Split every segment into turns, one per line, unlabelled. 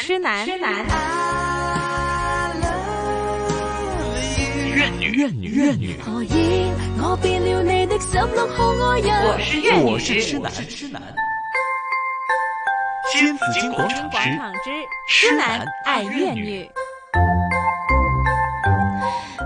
痴男男。
怨女，怨女，怨女。
何以我變了你的十六號愛人？
我是怨女，
我是痴男，
痴男。
新紫金广场
广
之
场之
痴
痴
男
男
爱
爱
怨
怨
女
女。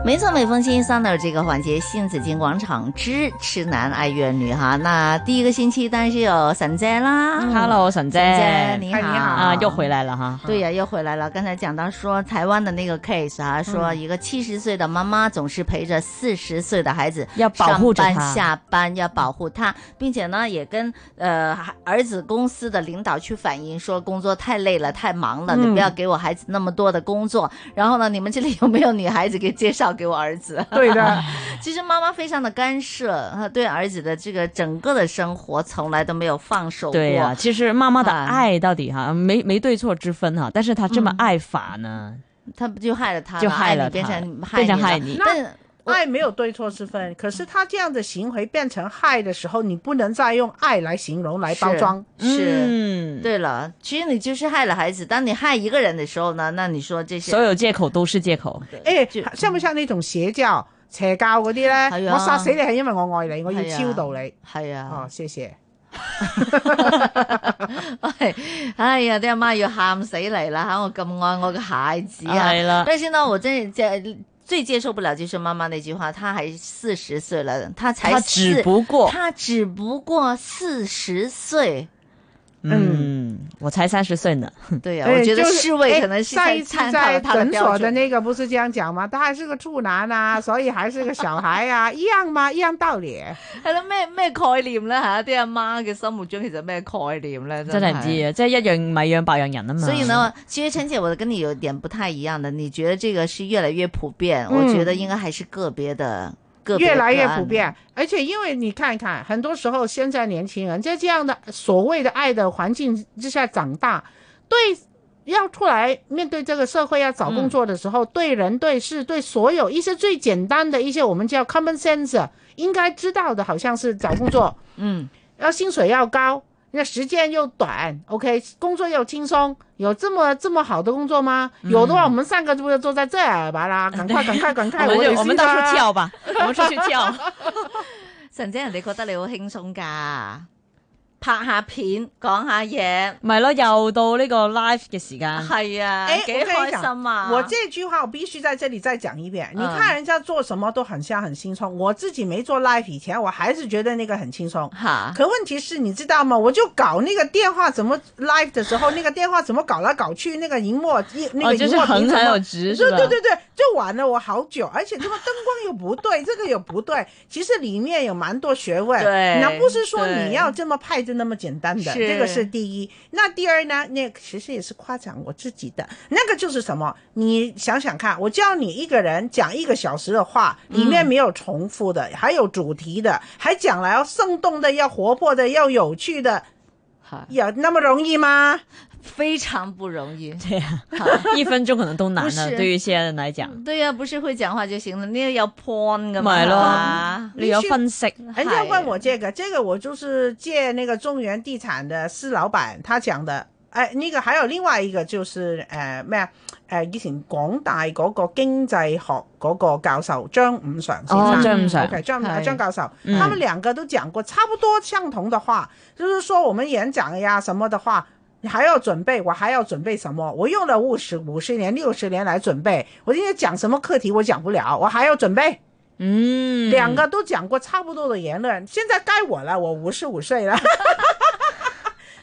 没错，每逢星期三的这个环节，新紫金广场之痴男爱怨女哈。那第一个星期当然是有沈姐啦、
Hello，沈姐，
嗯沈哎姐你好，
啊，又回来了哈。
对呀、又回来了。刚才讲到说台湾的那个 case
嗯
啊，说一个七十岁的妈妈总是陪着四十岁的孩子
要保护着
上
他
班下班，要保护他，并且呢也跟呃儿子公司的领导去反映说工作太累了，太忙了，
嗯
你不要给我孩子那么多的工作。然后呢，你们这里有没有女孩子给介绍给我儿子？
对的，
其实妈妈非常的干涉，她对儿子的这个整个的生活从来都没有放手过。
对呀、其实妈妈的
啊
爱到底哈，没没对错之分哈，但是她这
嗯
么爱法呢，
他不就害了他吗，
就害了
爱你变
他
成
变成害
害
你
了但
爱没有对错之分，可是他这样的行为变成害的时候，你不能再用爱来形容、来包装。
是。
嗯，
对了，其实你就是害了孩子。当你害一个人的时候呢，那你说这些
所，有借口都是借口，
诶，
就
像唔像呢種邪教、邪教嗰啲
係
咧？
啊
我殺死你係因為我愛你，我要
係啊
超度你。
系啊
哦，，謝謝。
哎哎呀，啲阿妈要喊死你啦！吓，我咁爱我嘅孩子
哎
啊！
系啦
但是呢，我真接最接受不了就是妈妈那句话，她还四十岁了，她才
她
四
只不过，
她只不过四十岁。
嗯，我才三十岁呢，
对呀、
哎
我觉得
就是
侍卫
哎
可能是
上
在
一次
参考
在
了他的
诊
标
所的
准。
那个不是这样讲吗？他还是个处男啊，所以还是个小孩啊， 一样吗？一样道理。
系咯，咩咩概念咧吓？啲阿妈嘅心目中其实咩概念咧？
真係唔知
係。
啊，即係一樣米養百樣人啊嘛。
所以，呢，其实陈姐，我跟你有点不太一样的，你觉得这个是越来越普遍，
嗯
我觉得应该还是个别的，个别
越来越
个案
普。遍。而且因为你看一看，很多时候现在年轻人在这样的所谓的爱的环境之下长大，对要出来面对这个社会要找
嗯
工作的时候，对人对事对所有一些最简单的一些我们叫 common sense 应该知道的，好像是找工作
嗯，
要薪水要高。那时间又短，OK，工作又轻松，有这么这么好的工作吗？有的话，我们上个就就坐在这儿吧啦，赶快赶快赶
嗯 我們
快，我
就
得
我們
去
到
啊
啦
處跳吧，我們出去 跳。
陈姐，人哋觉得你好轻松噶，拍下片，讲下嘢，
咪咯，又到呢個 live 嘅時間，
系啊，
哎
几
我跟
开
你讲
心啊！
我这句话我必须在这里再讲一遍。你
嗯
看人家做什么都很像很轻松，我自己没做 live 以前，我还是觉得那个很轻
啊
松。
吓，
可问题是，你知道吗？我就搞那个电话怎么 live 的时候，那个电话怎么搞来搞去，那个荧幕一那
哦，
个
就
荧
是
幕
横
屏怎
還有
么？
直，是
对
吧？
对对对，就玩了我好久，而且这个灯光又不 对，这个又不对，其实里面有蛮多学问。
对
那不是说
对
你要这么派就那么简单的，
是
这个是第一。那第二呢？那个其实也是夸奖我自己的。那个就是什么？你想想看，我教你一个人讲一个小时的话，里
嗯
面没有重复的，还有主题的，还讲了要生动的，要活泼的，要有趣的，有那么容易吗？
非常不 容易。
对呀，一分鐘可能都啊難
不
啦，
是
對於一些人嚟講，
对呀、不是会讲话就行了，你要 point 噶嘛？
咪
係
咯
嘛，
你有分析。
人家哎问我这个，这个我就是借那个中原地产的施老板他讲的。哎，呢、個還有另外一個就是誒咩啊？誒、以前港大嗰個經濟學嗰個教授張五常先生
哦，，張唔上
OK，张呃
嗨
张教授，
嗯
他们两个都讲过差不多相同的话，就是说我们演讲呀什么的话，你还要准备，我还要准备什么？我用了五十五十年、六十年来准备，我今天讲什么课题我讲不了，我还要准备。
嗯，
两个都讲过差不多的言论，现在该我了，我五十五岁了，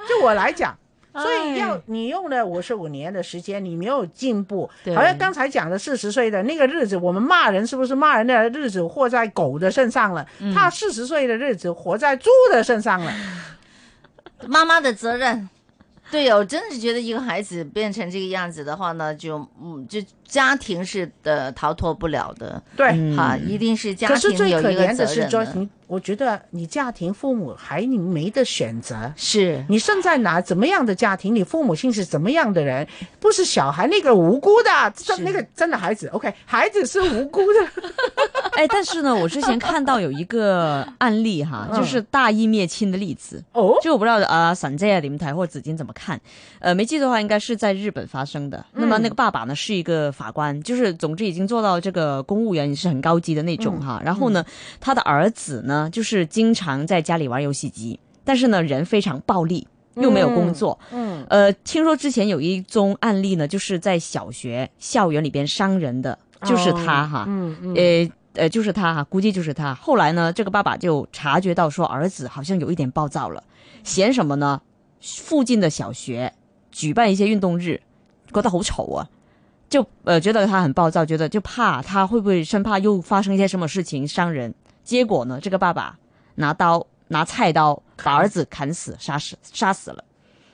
就我来讲。
哎
所以要你用了五十五年的时间，你没有进步
对。
好像刚才讲的四十岁的那个日子，我们骂人是不是骂人的日子活在狗的身上了？
嗯
他四十岁的日子活在猪的身上了。
妈妈的责任。对呀，我真是觉得一个孩子变成这个样子的话呢，就嗯，就家庭是的逃脱不了的，
对，
嗯
哈，一定是家
可
庭
是最
有
可
一个
怜
责
是
任
说
的。
你我觉得你家庭父母还你没得选择。
是
你生在哪怎么样的家庭，你父母亲是怎么样的人，不是小孩那个无辜的，真那个真的孩子，OK，孩子是无辜的，
哎，但是呢，我之前看到有一个案例哈，
嗯
就是大义灭亲的例子。
哦
就我不知道啊，散在啊，林台或者紫金怎么看？呃，没记错的话，应该是在日本发生的。
嗯
那么那个爸爸呢，是一个法官，就是总之已经做到这个公务员，也是很高级的那种
嗯
哈。然后呢，他的儿子呢，就是经常在家里玩游戏机，但是呢，人非常暴力。又没有工作，
嗯，
呃，听说之前有一宗案例呢，就是在小学校园里边伤人的，就是他哈，
哦嗯嗯
呃呃，就是他哈，估计就是他。后来呢，这个爸爸就察觉到说儿子好像有一点暴躁了，嫌什么呢？附近的小学举办一些运动日，觉得好丑啊。就呃觉得他很暴躁，觉得就怕他会不会生怕又发生一些什么事情伤人。结果呢，这个爸爸拿刀拿菜刀把儿子砍死、杀死、杀死了。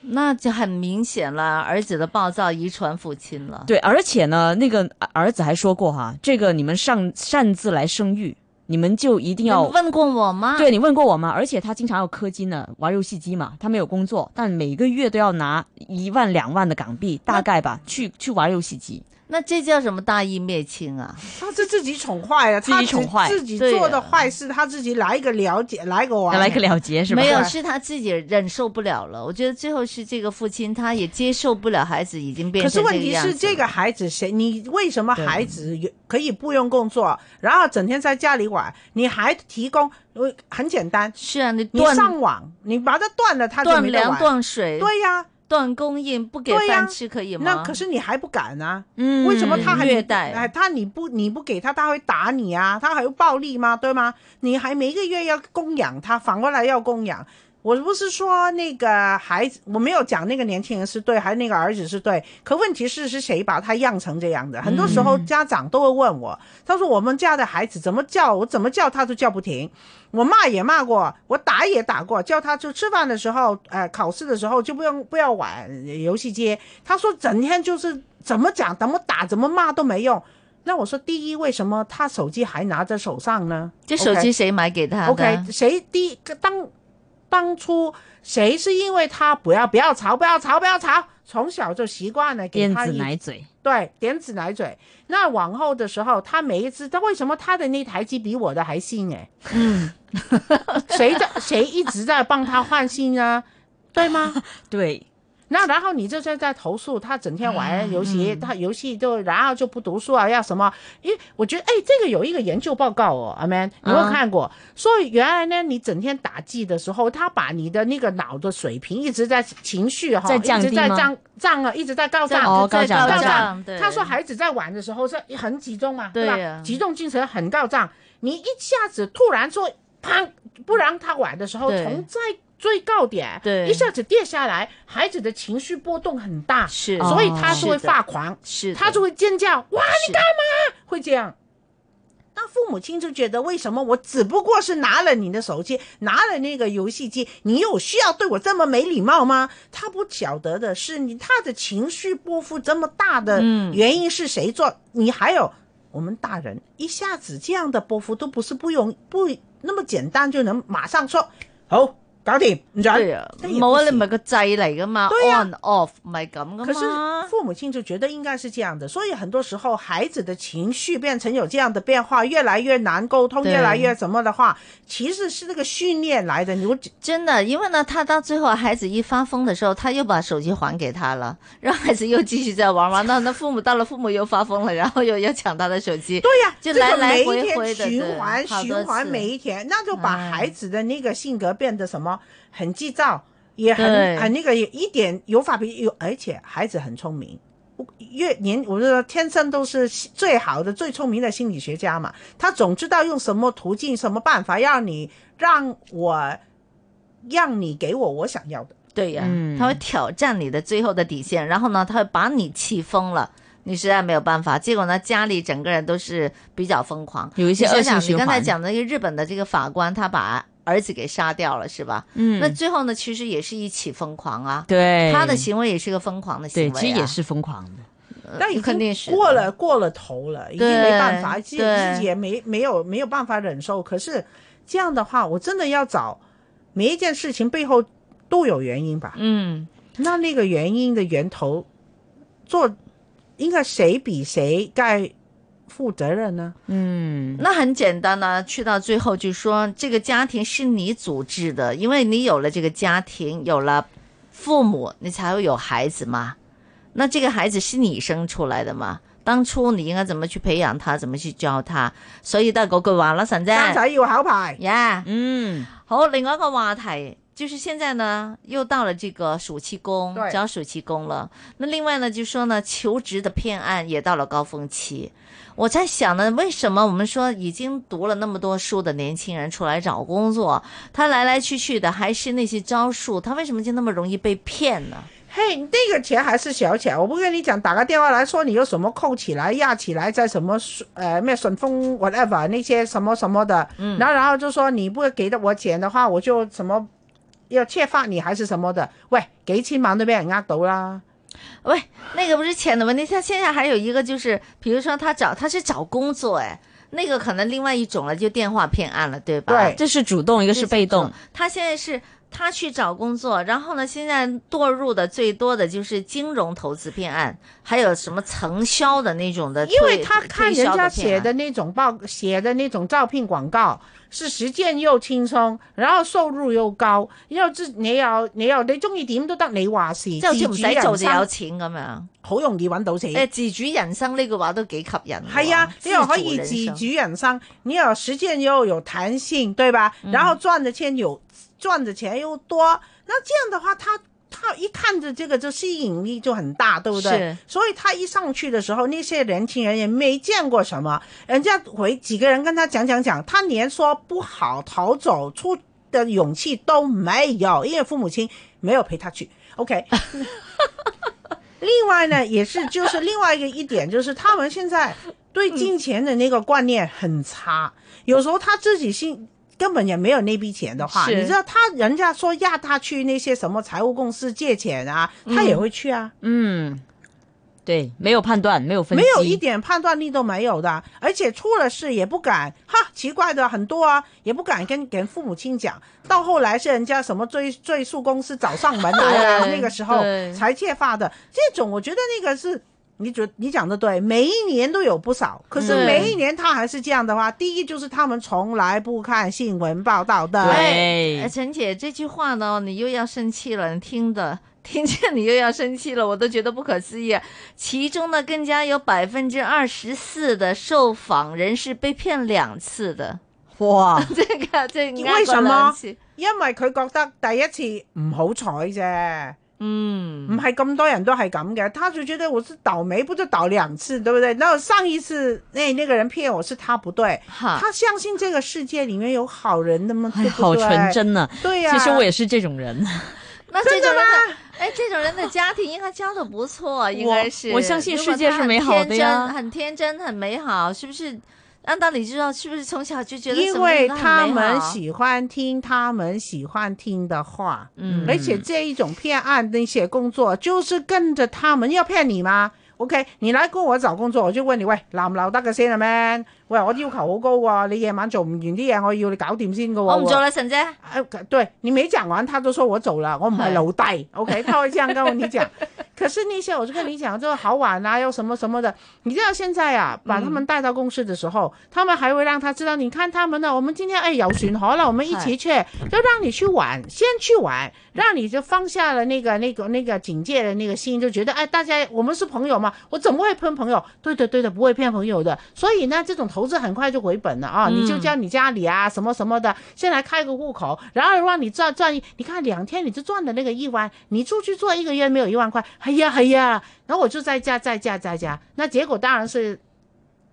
那就很明显了，儿子的暴躁遗传父亲了。
对，而且呢，那个儿子还说过哈，这个你们上擅自来生育，你们就一定
你
要
问过我吗？
对你问过我吗？而且他经常要氪金呢，玩游戏机嘛，他没有工作，但每个月都要拿一万两万的港币，大概吧，去去玩游戏机。
那这叫什么大义灭亲啊？
他是自己宠坏了，
自己
他只
宠坏啊
自己
对
做的
呀
坏事，他自己来一个了解，来一个玩，
来个了结是吧？
没有，是他自己忍受不了了。我觉得最后是这个父亲，他也接受不了孩子已经变
可
成
是
这
问
个
题
样子
是，
了。
这个孩子谁？你为什么孩子有可以不用工作，然后整天在家里玩？你还提供？呃很简单，
是啊，你
你
断
上网，你把它断了，他就
断
没得
粮、
玩。
断水、
对啊呀、
断供应，不给
对呀
饭吃可以吗？
那可是你还不敢啊？
嗯
为什么他还
虐待
哎，他你不你不给他，他会打你啊，他还会暴力吗？对吗？你还每个月要供养他，反过来要供养。我不是说那个孩子，我没有讲那个年轻人是对，还那个儿子是对。可问题是，是谁把他养成这样的？很多时候家长都会问我，他说我们家的孩子怎么叫我怎么叫他都叫不停，我骂也骂过，我打也打过，叫他就吃饭的时候，呃，考试的时候就不用不要玩游戏机。他说整天就是怎么讲、怎么打、怎么骂都没用。那我说，第一，为什么他手机还拿在手上呢？
这手机谁买给他的
OK，谁第一当当初谁是因为他不要不要吵不要吵不要吵，从小就习惯了给
电
他
子
一
奶嘴，
对点子奶嘴。那往后的时候，他每一次他为什么他的那台机比我的还新哎、嗯，谁在谁一直在帮他换新啊？对吗？
对，
那然后你这是在投诉他整天
嗯
玩游戏，他游戏就然后就不读书啊，要什么？因为我觉得哎，这个有一个研究报告哦，阿
嗯
Man，你有没有看过？说原来呢，你整天打字的时候，他把你的那个脑的水平一直在情绪哈，
在
一
降
直
低
在
吗
涨涨啊，一直在高
在
涨。
哦高
在
涨
高涨
高涨，
对
他说孩子在玩的时候是很集中嘛，
对
吧？
呀
集中精神很高涨，你一下子突然说砰，不让他玩的时候，
对
从在最高点，
对
一下子跌下来，孩子的情绪波动很大，
是哦
所以他就会
是的
发狂，
是的
他就会尖叫，哇，
是
你干嘛会这样？那父母亲就觉得，为什么我只不过是拿了你的手机，拿了那个游戏机，你有需要对我这么没礼貌吗？他不晓得的是，你他的情绪波幅这么大的原因是谁做？你还有我们大人一下子这样的波幅都不是不容不那么简单就能马上说好搞掂，唔准。
对啊，
但也
冇啊，
哎不
你
行
唔係個掣嚟噶嘛
對啊
，on off 唔係咁噶
可是
嘛。
父母亲就觉得应该是这样的，所以很多时候孩子的情绪变成有这样的变化，越来越难沟通，
对
越来越什么的话，其实是那个训练来的。你我
真的，因为呢，他到最后孩子一发疯的时候，他又把手机还给他了，让孩子又继续在玩玩。那那父母到了，父母又发疯了，然后又要抢他的手机。
对呀、
就
这
来
个
来
每一
回
天
回的
循
对
环
好
循
多
环
次
每一天，那就把
哎
孩子的那个性格变得什么很急躁，也
对
很很那个也一点有法比有，而且孩子很聪明。我越年，我是说天生都是最好的、最聪明的心理学家嘛。他总知道用什么途径、什么办法让你让我让你给我我想要的。
对呀、
嗯
他会挑战你的最后的底线，然后呢，他会把你气疯了，你实在没有办法。结果呢，家里整个人都是比较疯狂，
有一些
你想
恶性
想
循
你刚才
环
讲的那个日本的这个法官，他把儿子给杀掉了，是吧？
嗯
那最后呢，其实也是一起疯狂啊。
对
他的行为也是个疯狂的行为、
对，
啊，
其实也是疯狂的。
呃，
但已
肯定
经
是的
过了过了头了，已经没办法，
对
自己自己也没没有没有办法忍受。可是这样的话，我真的要找每一件事情背后都有原因吧？
嗯，
那那个原因的源头，做应该谁比谁该负责任呢？
嗯，
那很简单呢、去到最后就说这个家庭是你组织的，因为你有了这个家庭，有了父母，你才会有孩子嘛。那这个孩子是你生出来的嘛？当初你应该怎么去培养他，怎么去教他？所以都係嗰句話啦，神姐。
生仔要考牌，
Yeah，
嗯，
好，另外一个话题就是现在呢，又到了这个暑期工，
对
讲暑期工了。那另外呢，就说呢，求职的骗案也到了高峰期。我在想呢，为什么我们说已经读了那么多书的年轻人出来找工作，他来来去去的还是那些招数，他为什么就那么容易被骗呢？
嘿，那个钱还是小钱，我不跟你讲，打个电话来说你有什么扣起来、压起来，在什么顺呃咩顺丰 whatever 那些什么什么的，
嗯
然后然后就说你不给的我钱的话，我就什么要切发你还是什么的，喂，几千万都俾人呃到啦，
喂，那个不是钱的问题，他现在还有一个就是，比如说他找他是找工作，哎，那个可能另外一种了，就电话骗案了，对吧？
对
这是主动，一个是被动，。
他现在是他去找工作，然后呢，现在堕入的最多的就是金融投资骗案，还有什么承销的那种的推，
因为他看人家
推销
写
骗
的
案
那种报写的那种招聘广告是实践又轻松，然后收入又高，又自你又你又你中意點都得，你話事，
即係好似唔
自主
使做
人
就
生
有錢咁樣。
好容易揾到錢。
誒，自主人生呢個話都幾吸引喎。
系啊，你又可以
人
自
生哎
主人生，你有实践又有弹性，对吧？
嗯
然后赚的钱有赚的钱又多，那这样的话，他他一看着这个就吸引力就很大，对不对
是？
所以他一上去的时候，那些年轻人也没见过什么，人家回几个人跟他讲讲讲，他连说不好逃走出的勇气都没有，因为父母亲没有陪他去。OK，另外呢，也是就是另外一个一点，就是他们现在对金钱的那个观念很差，有时候他自己心根本也没有那笔钱的话，
是
你知道他人家说要他去那些什么财务公司借钱啊，他也会去啊，
嗯，对，没有判断，没有分析，
没有一点判断力都没有的，而且出了事也不敢，哈，奇怪的很多啊，也不敢跟跟父母亲讲，到后来是人家什么追追溯公司找上门来啊，
对
那个时候
对
才揭发的，这种我觉得那个是。你觉你讲的对，每一年都有不少，可是
嗯
每一年他还是这样的话，第一就是他们从来不看新闻报道的，
对
哎，呃陈姐这句话呢，你又要生气了，你听的。听见你又要生气了，我都觉得不可思议。其中呢，更加有百分之二十四的受访人是被骗两次的。
哇，
这个这个
为什么
两次
因为佢覺得第一次唔好彩啫。
嗯，
唔係咁多人都係咁嘅，他就覺得我是倒霉，不就倒兩次，對不對？然後上一次那那個人騙我是他不對，
哈，
他相信這個世界裡面有好人的嘛，
啊哎，
对不
好
对？
纯，真呢、
对啊呀、
其实我也是这种人，
那这种人的，哎，这种人的家庭应该教的不错，应该是。
我相信
如果
世界
他
是
很
美好的
天
呀
真很天真，很美好，是不是？按道理知道，是不是从小就觉得什
因
么
為
都很
他
美
們
好
喜歡聽他們喜歡聽的話，
嗯
而且這一種騙案那些工作就是跟着他們要騙你嘛。OK，你來跟我找工作，我就問你喂，留唔留得嘅先啊，man？喂，我要求好高喎、你夜晚做唔完啲嘢，我要你搞掂先嘅喎、
哦我唔做啦，神姐。
哎，对你没讲完，他都说我走了，我唔系奴隶，OK，他会这样跟你讲。 可是那些我就跟你讲，这个好晚啊，又什么什么的，你知道现在啊，把他们带到公司的时候，他们还会让他知道，你看他们呢，我们今天哎有巡河了，我们一起去，就让你去玩，先去玩，让你就放下了那个那个那个警戒的那个心，就觉得哎，大家我们是朋友嘛，我怎么会骗朋友？对的对的，不会骗朋友的。所以呢，这种投资很快就回本了啊，你就叫你家里啊什么什么的，先来开个户口，然后让你赚赚一，你看两天你就赚的那个一万，你出去做一个月没有一万块，哎呀哎呀，然后我就在家在家在家，那结果当然是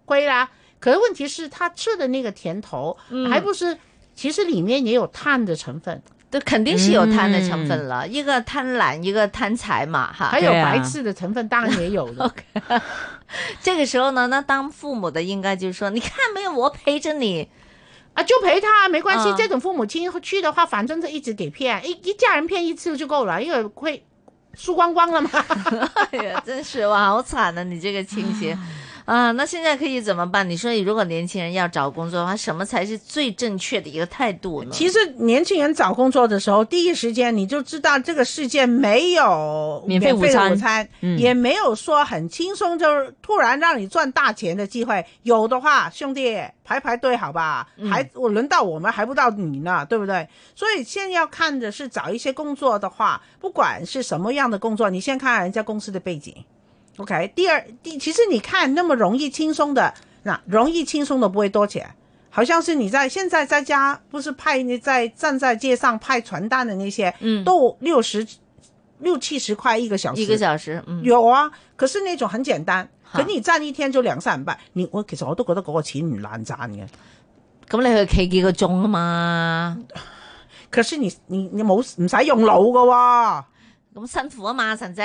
亏啦。可是问题是，他吃的那个甜头，还不是其实里面也有碳的成分。
对，肯定是有贪的成分了，一个贪婪，一个贪财嘛，哈
还。有
对啊
白痴的成分，当然也有 的。啊
这个时候呢，那当父母的应该就是说，你看没有，我陪着你，
啊，就陪他没关系。
嗯
这种父母亲去的话，反正是一直给骗，一一家人骗一次就够了，因为会输光光了嘛。
哎呀，真是哇，好惨啊！你这个情形。啊，那现在可以怎么办？你说，如果年轻人要找工作的话，什么才是最正确的一个态度呢？
其实年轻人找工作的时候，第一时间你就知道这个世界没有
免费
费
午餐
午餐，
嗯
也没有说很轻松就是突然让你赚大钱的机会。有的话，兄弟排排队好吧，还我轮到我们还不到你呢，对不对？所以现在要看的是找一些工作的话，不管是什么样的工作，你先看人家公司的背景。OK，第二，第其实你看那么容易轻松的，那容易轻松的不会多钱，好像是你在现在在家不是派你在站在街上派传单的那些，
嗯
都六十六七十块一个小时，
一个小时，嗯，
有啊，可是那种很简單，
嚇
佢你站一天就兩三百，你我其實我都覺得嗰個錢唔難賺嘅。
咁你去企幾個鐘啊嘛？
可是你你你冇唔使用腦嘅喎，
咁辛苦啊嘛，陳姐，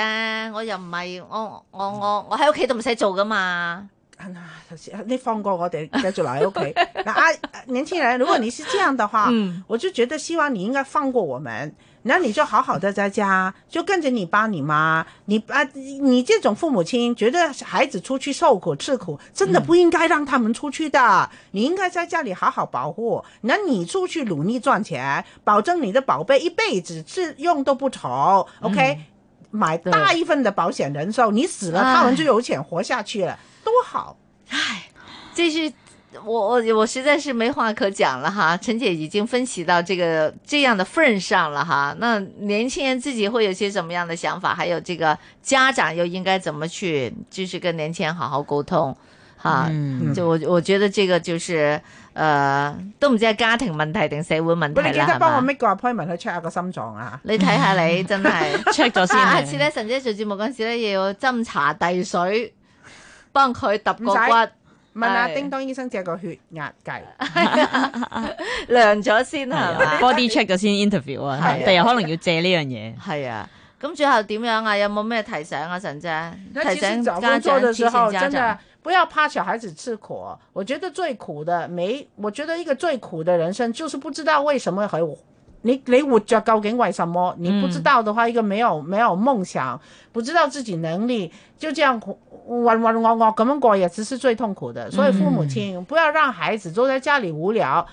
我又唔係我我我我喺屋企都唔使做噶嘛。
你啊放過 我哋繼續留喺屋 企。那啊，年輕人，如果你是這樣的話，
嗯
我就覺得希望你應該放過我們。那你就好好的在家，就跟着你爸你媽，你啊，你这种父母亲觉得孩子出去受苦吃苦，真
嗯
的不应该让他们出去的。你应该在家里好好保护。那你出去努力赚钱，保证你的宝贝一辈子是用都不愁。OK，、买大一份的保险人寿，你死了
嗯唉
他们就有钱活下去了，多好。
这是我我我实在是没话可讲了哈，陈姐已经分析到这个这样的份上了哈。那年轻人自己会有些什么样的想法？还有这个家长又应该怎么去，就是跟年轻人好好沟通哈。
啊
嗯
就我我觉得这个就是呃，都唔知系家庭问题定社会问题
我哋記
啦，
得
系
幫我
嘛？
make 個 appointment 去 check 下個心臟啊。
你睇下 你真系。
check 咗
啊下
先哎
次。咧，神姐做節目嗰陣時咧，又要斟茶遞水，幫佢揼個
唔使
骨。
問下
係
叮當醫生借個血壓計。
量咗先係
係
嘛
啊？body check 咗先 interview 啊，
係啊
第日可能要借呢樣嘢。
係啊，咁最後點樣啊？有冇咩提醒啊？神姐，
那
提
其实
醒
找
家
工
長、
作的时候，
提醒
真
家
的
長。
不要怕小孩子吃苦。哦我觉得最苦的没，我觉得一个最苦的人生就是不知道为什么还活你你活着究竟为什么？你不
嗯
知道的话，一个没有没有梦想，不知道自己能力，就这样浑浑噩噩咁样过日子是最痛苦的。所以父母
嗯
亲不要让孩子坐在家里无聊。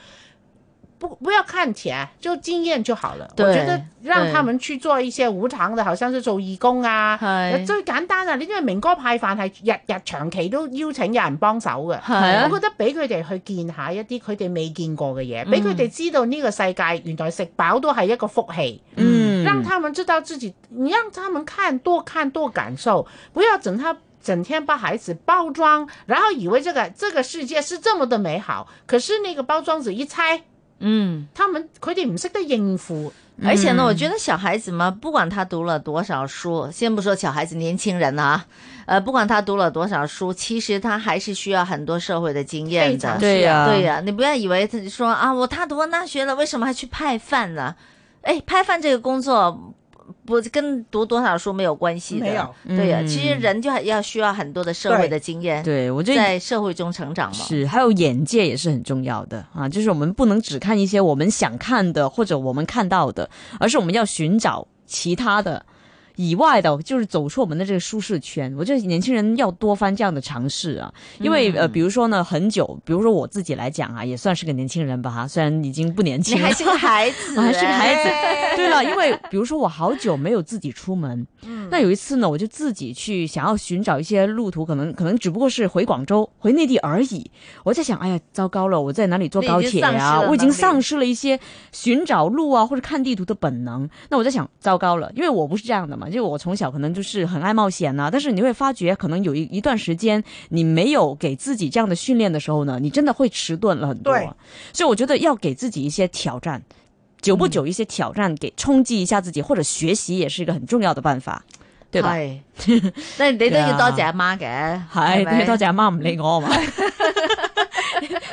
不，不要看钱，就经验就好了。我
对
觉得让
对
他们去做一些无偿的，好像是做义工啊，
係
最簡單啊！你因為明哥派飯係日日長期都邀請有人幫手嘅，
係啊
我覺得俾佢哋去見下一啲佢哋未見過嘅
嗯
嘢，俾佢哋知道呢個世界原來食飽都係一個福氣，
嗯
讓他們知道自己，你讓他們看多看多感受，不要整他。整天把孩子包装，然后以为这个这个世界是这么的美好，可是那个包装纸一拆，
嗯，
他们佢哋唔識得應付，
而且呢，我觉得小孩子嘛，不管他读了多少书，先不说小孩子，年轻人啊，呃，不管他读了多少书，其实他还是需要很多社会的经验
非常
的。
对啊呀、
对
啊
呀、啊你不要以为他说啊，我他读完大学了，为什么还去派饭呢？哎，派饭这个工作不跟读多少书没有关系的。
没有
对呀、
嗯
其实人就还要需要很多的社会
对
的经验，
对，我觉得
在社会中成长嘛。
是，还有眼界也是很重要的啊，就是我们不能只看一些我们想看的或者我们看到的，而是我们要寻找其他的。以外的，就是走出我们的这个舒适圈。我觉得年轻人要多番这样的尝试啊，
嗯
因为、呃，比如说呢，很久，比如说我自己来讲啊，也算是个年轻人吧哈，虽然已经不年
你
轻了，
还是个孩子、
我还是个孩子
哎。
对了，因为比如说我好久没有自己出门，
嗯
那有一次呢，我就自己去想要寻找一些路途，可能可能只不过是回广州、回内地而已。我在想，哎呀，糟糕了，我在哪里坐
你已
高
经
铁
丧失
呀、
了
我已经
能力
丧失了一些寻找路啊或者看地图的本能。那我在想，糟糕了，因为我不是这样的嘛，就我从小可能就是很爱冒险呐、但是你会发觉，可能有一一段时间你没有给自己这样的训练的时候呢，你真的会迟钝了很多。
对
所以我觉得要给自己一些挑战。久不久一些挑战给冲击一下自己，或者学习也是一个很重要的办法，對吧？
系，但你都要多謝阿媽嘅，
系，
咪
对，多谢阿妈唔理我嘛。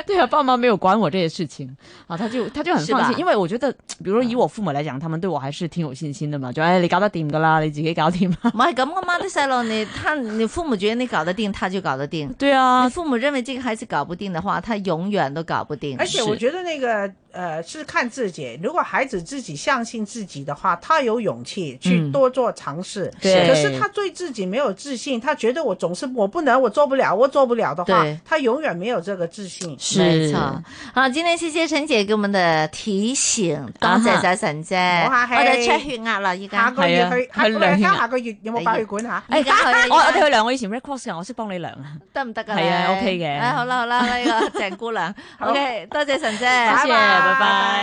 对啊，爸妈没有管我这些事情啊，他就他就很
是
放
吧
心，因为我觉得，比如说以我父母来讲，他们对我还是挺有信心的嘛，就哎你搞得掂噶啦，你自己搞掂啦。
唔係咁，阿媽啲細路，你他你父母覺得你搞得定，他就搞得定；
对啊
你，父母認為這個孩子搞不定的話，他永遠都搞不定。
而且
啊是
我觉得那个呃，是看自己。如果孩子自己相信自己的话，他有勇气去
嗯
多做尝试。
对
可是他对自己没有自信，他觉得我总是我不能，我做不了，我做不了的话
对，
他永远没有这个自信。
是
没错，好，今天谢谢陳姐給我們嘅提醒，多
啊哈
謝晒陳姐，
嗯冇客氣
我哋 check 血壓啦，而
下
家
個月
係
去，
啊
下
去
個月
量
睇
血
下個月有冇爆血管吓？
哎
而家去
我我哋去量，我以前 Red Cross 嘅，我識幫你量啊。
得唔得噶？
係啊
你
OK 嘅
哎好啦好啦，呢個鄭姑娘
好
，OK，多謝陳姐，
多謝，拜拜。